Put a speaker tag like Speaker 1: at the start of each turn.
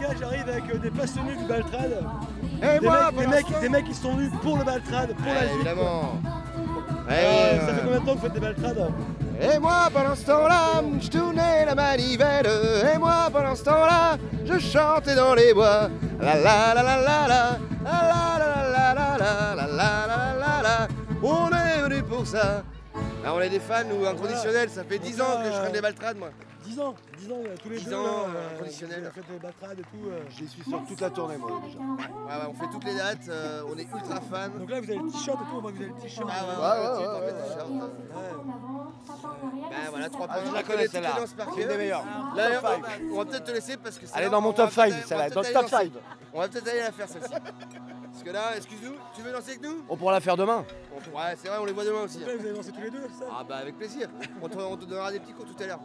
Speaker 1: gars, j'arrive avec euh, des passionnés du Baltrad.
Speaker 2: Et
Speaker 1: Des, mecs,
Speaker 2: moi,
Speaker 1: des,
Speaker 2: pour
Speaker 1: mecs,
Speaker 2: l'instant-
Speaker 1: des mecs qui sont venus pour le Baltrad, pour la
Speaker 3: Ouais,
Speaker 1: Jeep.
Speaker 3: évidemment. Ah, Ouais,
Speaker 1: Euh,
Speaker 3: ouais,
Speaker 1: ça
Speaker 3: ouais.
Speaker 1: fait combien de temps que vous faites des Baltrad
Speaker 3: Et moi, pendant ce temps-là, je tournais la manivelle. Et moi, pendant ce temps-là, je chantais dans les bois. La la la la la la. La la la la la la. La la la la la la. On est venu pour ça. Ah, on est des fans, nous, inconditionnels. Ça fait 10 ans que je traîne des baltrades, moi.
Speaker 1: 10 ans, 10 ans, euh, tous les
Speaker 3: Dix
Speaker 1: deux.
Speaker 3: ans,
Speaker 1: là,
Speaker 3: euh,
Speaker 1: euh,
Speaker 3: conditionnel.
Speaker 1: Vous avez fait des Baltrad et tout. euh.
Speaker 2: J'y suis sur toute la tournée, moi, déjà.
Speaker 3: Ouais, ouais, on fait toutes les dates. euh, on est ultra fans.
Speaker 1: Donc là, vous avez le t-shirt et tout, on voit que vous avez le t-shirt.
Speaker 3: Ah ouais,
Speaker 1: euh,
Speaker 3: ouais, ouais, tu
Speaker 2: ouais,
Speaker 3: t'en mets
Speaker 2: ouais,
Speaker 3: des t-shirts. Ben voilà, trois
Speaker 2: Ah,
Speaker 3: points.
Speaker 2: je la connais,
Speaker 3: toutes les
Speaker 2: celle-là.
Speaker 3: danses par
Speaker 2: C'est une des
Speaker 3: cœur.
Speaker 2: meilleures.
Speaker 3: Là,
Speaker 2: Top
Speaker 3: on va- on va peut-être te laisser parce que
Speaker 2: Elle
Speaker 3: celle-là,
Speaker 2: est dans mon
Speaker 3: on va
Speaker 2: top 5,
Speaker 3: peut-être- on va
Speaker 2: celle-là, dans le
Speaker 3: peut-être
Speaker 2: top
Speaker 3: aller danser.
Speaker 2: 5.
Speaker 3: On va peut-être aller la faire celle-ci. Parce que là, excuse-nous, tu veux danser avec nous
Speaker 2: On pourra la faire demain.
Speaker 3: On- Ouais, c'est vrai, on les voit demain aussi.
Speaker 1: donc là, vous avez lancé tous les deux, ça
Speaker 3: Ah bah avec plaisir. On te, on te donnera des petits coups tout à l'heure.